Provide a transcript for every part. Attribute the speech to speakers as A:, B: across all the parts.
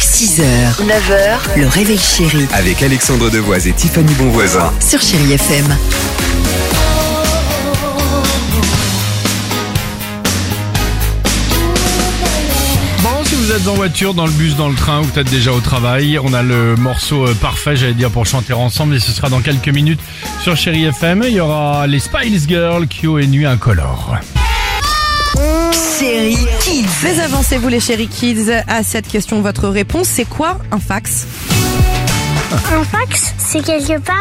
A: 6h, 9h, le réveil chéri
B: Avec Alexandre Devoise et Tiffany Bonvoisin.
A: sur Chéri FM.
C: Bon, si vous êtes en voiture, dans le bus, dans le train ou peut-être déjà au travail, on a le morceau euh, parfait, j'allais dire, pour chanter ensemble et ce sera dans quelques minutes sur Chéri FM. Il y aura les Spice Girls, Kyo et Nuit Incolore.
A: Chéri Kids.
D: Mais avancez-vous les chéri kids à cette question votre réponse c'est quoi un fax
E: Un fax, c'est quelque part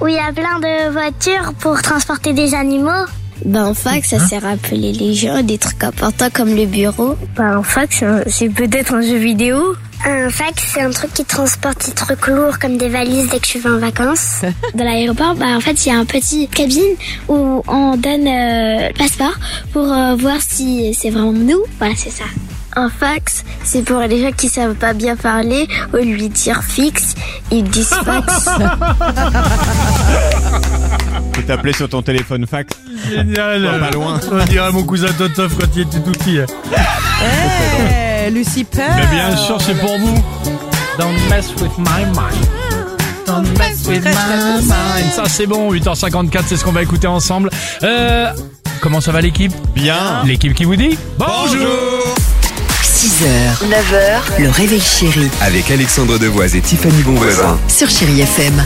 E: où il y a plein de voitures pour transporter des animaux.
F: Ben, en fax, ça sert à appeler les gens, des trucs importants comme le bureau.
E: Bah, un fax, c'est peut-être un jeu vidéo. Un fax, c'est un truc qui transporte des trucs lourds comme des valises dès que je vais en vacances.
F: Dans l'aéroport, bah, en fait, il y a un petit cabine où on donne euh, le passeport pour euh, voir si c'est vraiment nous. Voilà, c'est ça. Un fax, c'est pour les gens qui savent pas bien parler, ou lui dire fixe, ils disent fax.
G: Tu t'appelais sur ton téléphone fax.
C: Génial.
G: Pas loin.
C: On dirait mon cousin Totof quand il était tout petit. hein.
D: Eh Lucie Père
C: Mais bien sûr, c'est pour vous. Don't mess with my mind. Don't mess with my mind. Ça, c'est bon. 8h54, c'est ce qu'on va écouter ensemble. Euh, comment ça va l'équipe
G: Bien.
C: L'équipe qui vous dit
A: 6h, 9h, le réveil chéri
B: Avec Alexandre Devoise et Tiffany Bonvoisin.
A: sur Chéri FM.